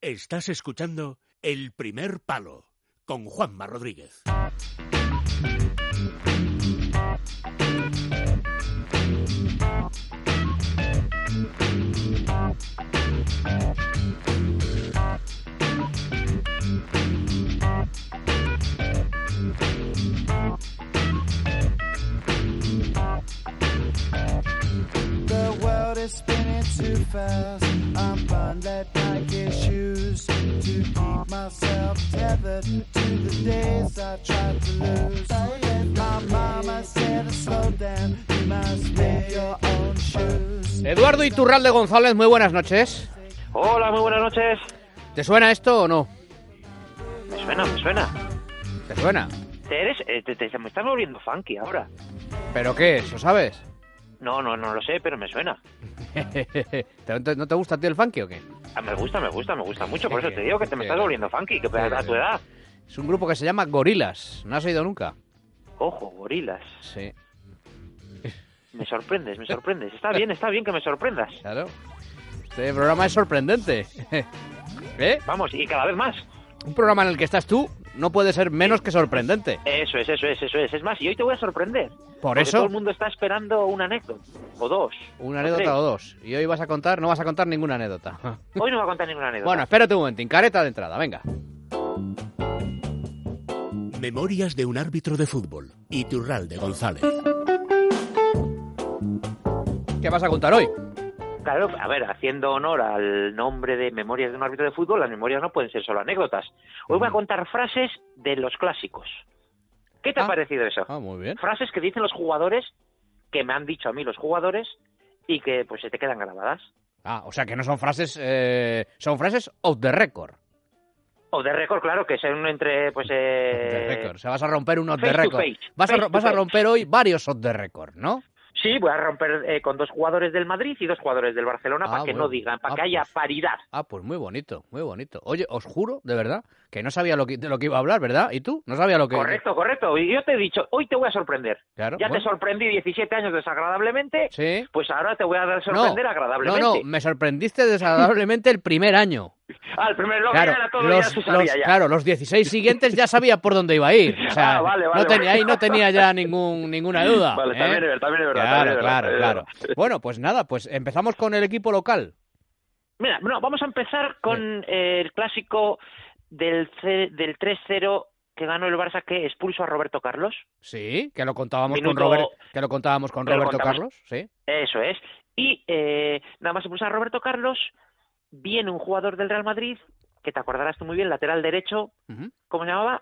Estás escuchando El primer palo con Juanma Rodríguez. The world is spinning too fast. I'm bound like Nike shoes to keep myself tethered to the days I tried to lose. My mama said to slow down. You must make your own shoes. Eduardo Iturralde González, muy buenas noches. Hola, muy buenas noches. ¿Te suena esto o no? Me suena, me suena. ¿Te suena? Te eres, eh, te- te- me estás volviendo funky ahora. ¿Pero qué es? ¿Lo sabes? No, no, no lo sé, pero me suena. ¿Te- te- ¿No te gusta a ti el funky o qué? Ah, Me gusta, me gusta, me gusta mucho. Por eso te digo que te me estás volviendo funky, que a tu edad. Es un grupo que se llama Gorilas. ¿No has oído nunca? Ojo, gorilas. Sí, Me sorprendes, me sorprendes. Está bien, está bien que me sorprendas. claro. Este programa es sorprendente. ¿Eh? Vamos, y cada vez más. Un programa en el que estás tú no puede ser menos que sorprendente. Eso es, eso es, eso es. Es más, y hoy te voy a sorprender. Por Porque eso- Todo el mundo está esperando una anécdota. O dos. Una anécdota o dos. Y hoy vas a contar, no vas a contar ninguna anécdota. tres. Hoy no va a contar ninguna anécdota. Bueno, espérate un momento, careta de entrada, venga. Memorias de un árbitro de fútbol. Iturralde González. ¿Qué vas a contar hoy? Claro, a ver, haciendo honor al nombre de Memorias de un árbitro de fútbol, las memorias no pueden ser solo anécdotas. Hoy Mm. voy a contar frases de los clásicos. ¿Qué te Ah. ha parecido eso? Ah, muy bien. Frases que dicen los jugadores, que me han dicho a mí los jugadores y que pues se te quedan grabadas. Ah, o sea que no son frases, eh, son frases off the record. O de récord, claro, que son entre pues eh, De record. O sea, vas a romper un off face the to record. face, Vas, a, face ro- to vas a face. romper hoy varios off the record, ¿no? Sí, voy a romper eh, con dos jugadores del Madrid y dos jugadores del Barcelona Ah, para que bueno. no digan, para Ah, que haya pues. paridad. Ah, pues muy bonito, muy bonito. Oye, os juro, de verdad, que no sabía lo que, de lo que iba a hablar, ¿verdad? ¿Y tú? No sabía lo que... Correcto, correcto. Y yo te he dicho, hoy te voy a sorprender. Claro, ya bueno. te sorprendí 17 años desagradablemente. Sí. Pues ahora te voy a dar No, sorprender no, agradablemente. no, me sorprendiste desagradablemente el primer año. Al primer lugar Claro, era todo ya los, se sabía los- ya. claro, los 16 siguientes ya sabía por dónde iba a ir. O sea, Ah, vale, no vale, tenía vale. ahí, no tenía ya ningún, ninguna duda. Vale, ¿eh? también es verdad, también es verdad, Claro, también es verdad, Eh, claro, también es claro. Bueno, pues nada, pues empezamos con el equipo local. Mira, no, vamos a empezar con eh, el clásico del, ce- del 3-0 que ganó el Barça que expulsó a Roberto Carlos. Sí, que lo contábamos Minuto- con Robert, que lo contábamos con que lo Roberto contamos. Carlos, sí. Eso es. Y eh, nada más expulsar a Roberto Carlos, viene un jugador del Real Madrid, que te acordarás tú muy bien, lateral derecho, Ujú. ¿cómo se llamaba?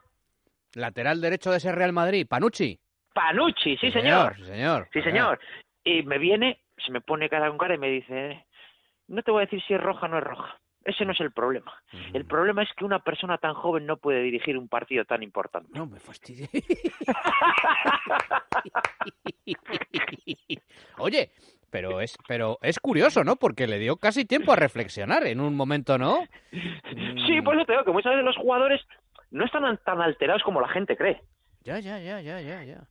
Lateral derecho de ese Real Madrid, Panucci. Panucci, sí señor. Sí, señor. Sí, señor. Y me viene, se me pone cara con cara y me dice, no te voy a decir si es roja o no es roja. Ese no es el problema. El problema es que una persona tan joven no puede dirigir un partido tan importante. No me fastidies. Oye, pero es, pero es curioso, ¿no? Porque le dio casi tiempo a reflexionar en un momento, ¿no? Sí, por eso te digo que muchas veces los jugadores no están tan alterados como la gente cree. Ya, ya, ya, ya, ya, ya.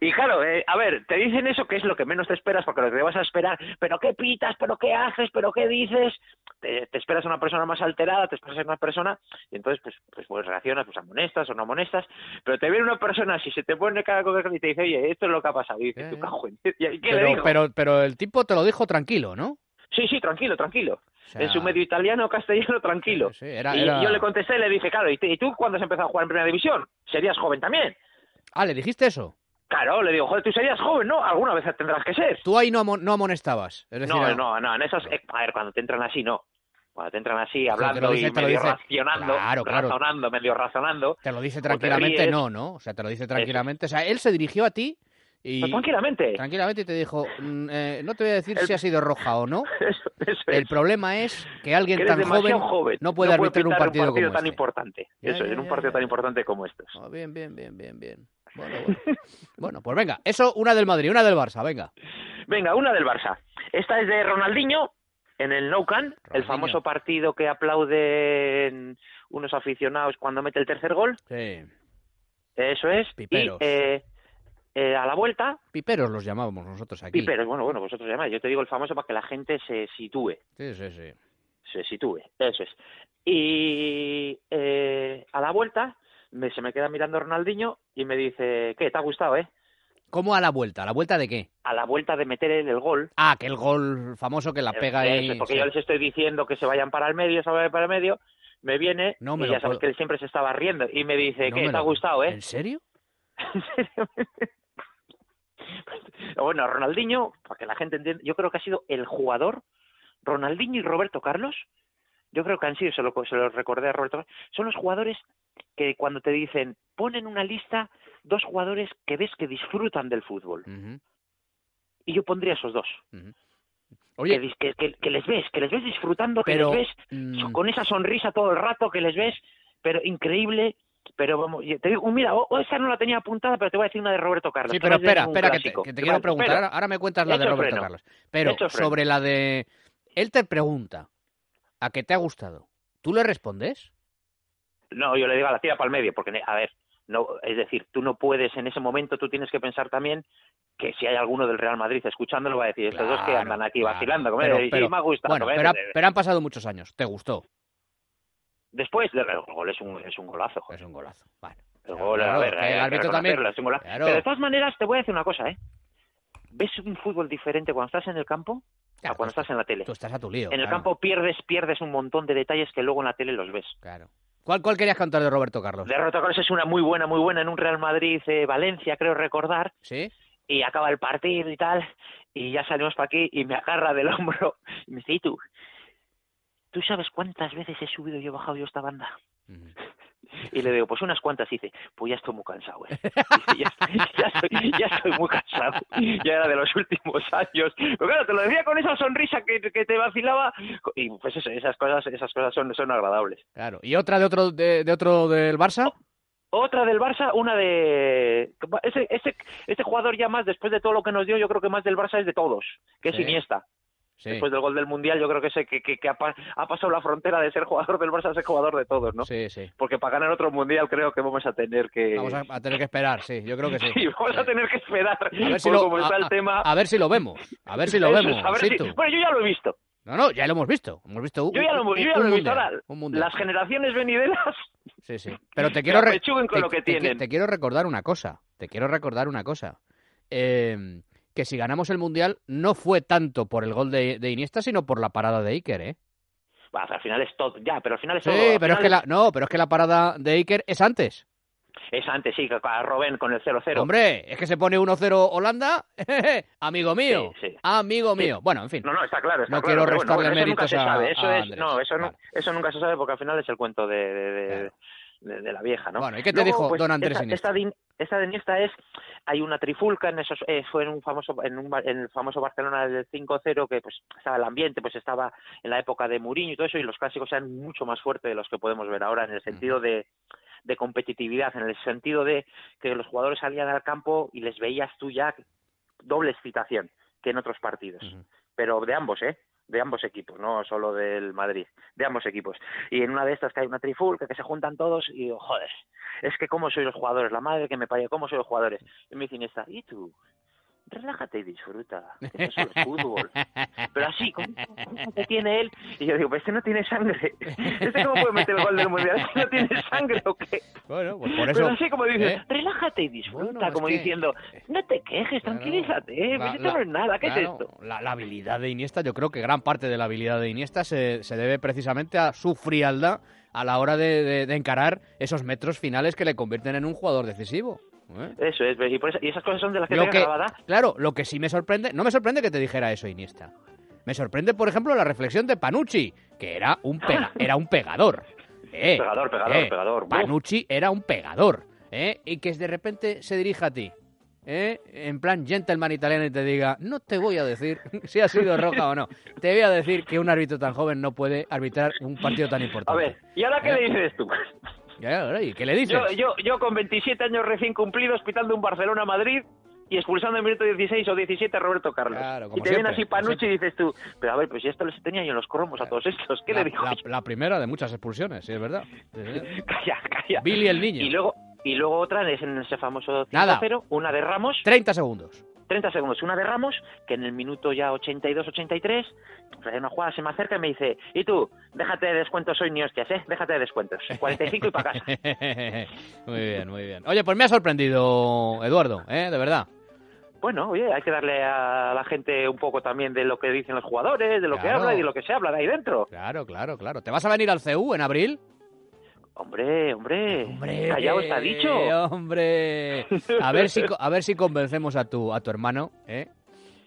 Y claro, eh, a ver, te dicen eso que es lo que menos te esperas, porque lo que te vas a esperar, pero qué pitas, pero qué haces, pero qué dices, te, te esperas a una persona más alterada, te esperas a una persona, y entonces pues, pues, pues reaccionas, pues amonestas o no amonestas, pero te viene una persona, si se te pone cada cosa y te dice, oye, esto es lo que ha pasado, y Ya, dices, tú ya. cajón, ¿y qué le Pero, digo? pero, pero el tipo te lo dijo tranquilo, ¿no? Sí, sí, tranquilo, tranquilo. O sea, en su medio italiano, castellano, tranquilo. Sí, sí, era- y era- yo le contesté, le dije, claro, ¿y, te- y tú cuándo has empezado a jugar en primera división? Serías joven también. Ah, ¿le dijiste eso? Claro, le digo, joder, tú serías joven, ¿no? Alguna vez tendrás que ser. Tú ahí no, amo- no amonestabas. Es decir, no, ah, no, no, en esas, eh, a ver, cuando te entran así, no. Cuando te entran así, te lo hablando dice- y te lo medio dice- racionando, claro, claro. razonando, medio razonando, Te lo dice te tranquilamente, ríes. no, ¿no? O sea, te lo dice tranquilamente. O sea, él se dirigió a ti y... pues tranquilamente. Tranquilamente y te dijo, "Mm, eh, no te voy a decir El- si ha sido roja o no. Eso, eso El es. problema es que Que alguien eres tan joven, demasiado joven, no puede arbitrar un pitar partido, como tan este. importante. Ya, eso, ya, es, en un ya, partido ya, tan ya. importante como este. Ah, bien, bien, bien, bien, bien. Bueno, bueno. Bueno, pues venga, eso una del Madrid, una del Barça, venga. Venga, una del Barça. Esta es de Ronaldinho en el Nou Camp, el Ronaldinho. famoso partido que aplauden unos aficionados cuando mete el tercer gol. Sí. Eso es. Piperos. Y eh, eh, a la vuelta, Piperos los llamábamos nosotros aquí. piperos. Bueno, bueno, vosotros llamáis. Yo te digo el famoso para que la gente se sitúe. Sí, sí, sí. se sitúe, eso es. Y eh, a la vuelta me, se me queda mirando Ronaldinho y me dice, ¿qué? ¿Te ha gustado, eh? ¿Cómo a la vuelta? ¿A la vuelta de qué? A la vuelta de meter el, el gol. Ah, que el gol famoso que la pega Eso ahí. es, Eh, porque sí. yo les estoy diciendo que se vayan para el medio, se vayan para el medio. Me viene No me y lo ya sabes puedo- que él siempre se estaba riendo y me dice, No ¿qué? me ¿Te ha lo- gustado, eh? ¿En serio? Bueno, Ronaldinho, para que la gente entienda, yo creo que ha sido el jugador, Ronaldinho y Roberto Carlos, yo creo que han sido, se lo, se lo recordé a Roberto Carlos, son los jugadores que cuando te dicen, ponen una lista dos jugadores que ves que disfrutan del fútbol. Ujú, Y yo pondría esos dos. ujú. Que, Oye, dis- que, que- que les ves, que les ves disfrutando, que pero... les ves mm, con esa sonrisa todo el rato que les ves, pero increíble. Pero vamos, yo te digo, mira, o- o esa no la tenía apuntada, pero te voy a decir una de Roberto Carlos. Sí, que pero no es de espera, ningún espera, que te, clásico. que te Que quiero vale, preguntar. pero- ahora- ahora me cuentas la de Echo Roberto freno. Carlos. Pero Echo freno. sobre la de... Él te pregunta, ¿a qué te ha gustado? ¿Tú le respondes? No, yo le digo a la tira para el medio, porque, a ver, no, es decir, tú no puedes en ese momento, tú tienes que pensar también que si hay alguno del Real Madrid escuchándolo, va a decir, estos dos que Claro, andan aquí claro. vacilando, como Pero- eh, sí, pero- me ha gustado. Bueno, eh, pero, ha- eh, pero han pasado muchos años. ¿Te gustó? Después, el gol es un, es un golazo. joder. Es un golazo. Bueno. El gol, Pues, Claro, a ver, que hay el que árbitro también. reconocerlo, es un golazo. Claro. Pero de todas maneras, te voy a decir una cosa, ¿eh? ¿Ves un fútbol diferente cuando estás en el campo Ya, pues a Ah, cuando tú- estás en la tele? Tú estás a tu lío. En el pues, claro, campo pierdes, pierdes un montón de detalles que luego en la tele los ves. Claro. ¿Cuál, cuál querías cantar de Roberto Carlos? De Roberto Carlos es una muy buena, muy buena en un Real Madrid-Valencia, creo recordar, ¿Sí? y acaba el partido y tal, y ya salimos para aquí y me agarra del hombro y me dice, "¿Y tú? ¿Tú sabes cuántas veces he subido y he bajado yo esta banda? Ujú. Y le digo, pues unas cuantas. Y dice, pues ya estoy muy cansado, eh. Dice, ya, ya estoy, ya estoy muy cansado. Ya era de los últimos años. Pero claro, te lo decía con esa sonrisa que, que te vacilaba. Y pues eso, esas cosas, esas cosas son, son agradables. Claro. ¿Y otra de otro, de, de otro del Barça? Otra del Barça, una de... Ese, ese, este jugador ya más, después de todo lo que nos dio, yo creo que más del Barça es de todos, que es Sí. Iniesta. Sí. Después del gol del Mundial, yo creo que, ese, que, que, que ha, pa- ha pasado la frontera de ser jugador del Barça a ser jugador de todos, ¿no? Sí, Eh, sí. Porque para ganar otro Mundial creo que vamos a tener que... Vamos a, a tener que esperar, sí. Yo creo que sí. Sí, vamos a tener que esperar A ver si por lo, cómo está a- el a- tema. a ver si lo vemos. A ver si lo Eso es, vemos. a ver sí, si- tú. Bueno, yo ya lo he visto. No, no, ya lo hemos visto. Hemos visto Yo un- ya lo, un- yo ya un lo he visto. mundial, Ahora, un mundial. las generaciones venideras Sí, sí. Pero te que quiero, re- apechuguen con te- lo que te qui- tienen. te quiero recordar una cosa. Te quiero recordar una cosa. Eh, que si ganamos el mundial no fue tanto por el gol de, de Iniesta, sino por la parada de Iker, ¿eh? Bah, al final es todo. Ya, pero al final es Sí, todo. Al pero es final que la no, pero es que la parada de Iker es antes. es antes, sí, que a Robén con el 0-0. Hombre, es que se pone 1-0 Holanda, amigo mío, Sí, sí. amigo Sí. mío. Bueno, en fin. No, no, está claro. está No claro, quiero pero bueno, restarle bueno, eso nunca méritos se a- sabe, eso a es- Andrés. no, eso, no- Vale. eso nunca se sabe porque al final es el cuento de, de- de- Claro. de- de la vieja, ¿no? Bueno, ¿y qué te Luego, dijo pues, don Andrés esta, Iniesta? esta de, In- esta de Iniesta es, hay una trifulca, en esos, eh, fue en, un famoso, en, un, ba- en el famoso Barcelona del 5-0, que pues estaba el ambiente, pues estaba en la época de Mourinho y todo eso, y los clásicos eran mucho más fuertes de los que podemos ver ahora, en el sentido de de competitividad, en el sentido de que los jugadores salían al campo y les veías tú ya doble excitación que en otros partidos Ujú. pero de ambos, ¿eh? De ambos equipos, no solo del Madrid, de ambos equipos. Y en una de estas que hay una trifulca, que se juntan todos y digo, joder, es que cómo soy los jugadores, la madre que me parió, cómo soy los jugadores. Y me dicen esta, ¿y tú? Relájate y disfruta, que esto es solo fútbol. Pero así, con que tiene él, y yo digo, pues este no tiene sangre. ¿Este cómo puede meter el gol del Mundial? ¿Este no tiene sangre o qué? Bueno, pues por Pero eso así como dices, ¿eh? relájate y disfruta, Bueno, es como que- diciendo, no te quejes, Claro. tranquilízate, eh, La- pues esto la- no es nada, ¿qué es Claro, esto? La, la habilidad de Iniesta, yo creo que gran parte de la habilidad de Iniesta se, se debe precisamente a su frialdad a la hora de, de- de encarar esos metros finales que le convierten en un jugador decisivo. ¿eh? Eso es, pues, y, por eso- y esas cosas son de las que Lo te que- grabada. claro, lo que sí me sorprende, no me sorprende que te dijera eso Iniesta. Me sorprende, por ejemplo, la reflexión de Panucci, que era un, pega- era un pegador. ¿eh? Pegador, pegador, Eh, pegador. Panucci era un pegador, ¿eh? Y que de repente se dirija a ti, ¿eh? En plan gentleman italiano y te diga, no te voy a decir si ha sido roja o no. Te voy a decir que un árbitro tan joven no puede arbitrar un partido tan A importante. ver, ¿y ahora qué Eh. le dices tú? Ya, ahora, ¿Y qué le dices? Yo, yo, yo con 27 años recién cumplidos pitando un Barcelona-Madrid y expulsando en minuto 16 o 17 a Roberto Carlos. Claro, como y te siempre, viene así como Panucci y dices tú, pero a ver, pues si esto les tenía yo en los cromos a todos estos, ¿qué la, le dijo? la- la primera de muchas expulsiones, sí, es verdad. Sí, sí. Calla, calla. Billy el niño. Y luego, y luego otra es en ese famoso Nada. 5-0, una de Ramos, 30 segundos. 30 segundos, una de Ramos, que en el minuto ya 82, 83, pues hace una jugada se me acerca y me dice, y tú, déjate de descuentos hoy ni hostias, ¿eh? Déjate de descuentos. 45 y para casa. muy bien, muy bien. Oye, pues me ha sorprendido, Eduardo, ¿eh? de verdad. Bueno, oye, hay que darle a la gente un poco también de lo que dicen los jugadores, de lo que Claro. habla y de lo que se habla de ahí dentro. Claro, claro, claro. ¿Te vas a venir al CU en abril? Hombre, hombre, Hombre, callado está dicho. Eh, Hombre, a ver si co- a ver si convencemos a tu a tu hermano, ¿eh?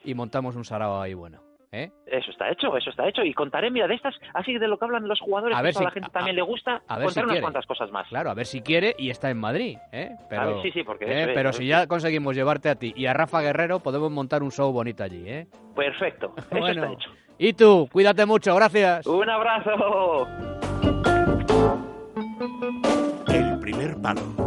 Y montamos un sarao ahí bueno, ¿eh? Eso está hecho, eso está hecho. Y contaré, mira, de estas, así de lo que hablan los jugadores, A que ver eso si- a la gente a- también le gusta, a contar ver si unas quiere. cuantas cosas más. Claro, a ver si quiere y está en Madrid, ¿eh? Pero A ver, sí, sí, porque ¿eh? eso es, pero eso si es. ya conseguimos llevarte a ti y a Rafa Guerrero, podemos montar un show bonito allí, ¿eh? Perfecto, eso está Bueno. hecho. Y tú, cuídate mucho, gracias. Un abrazo. El primer palo.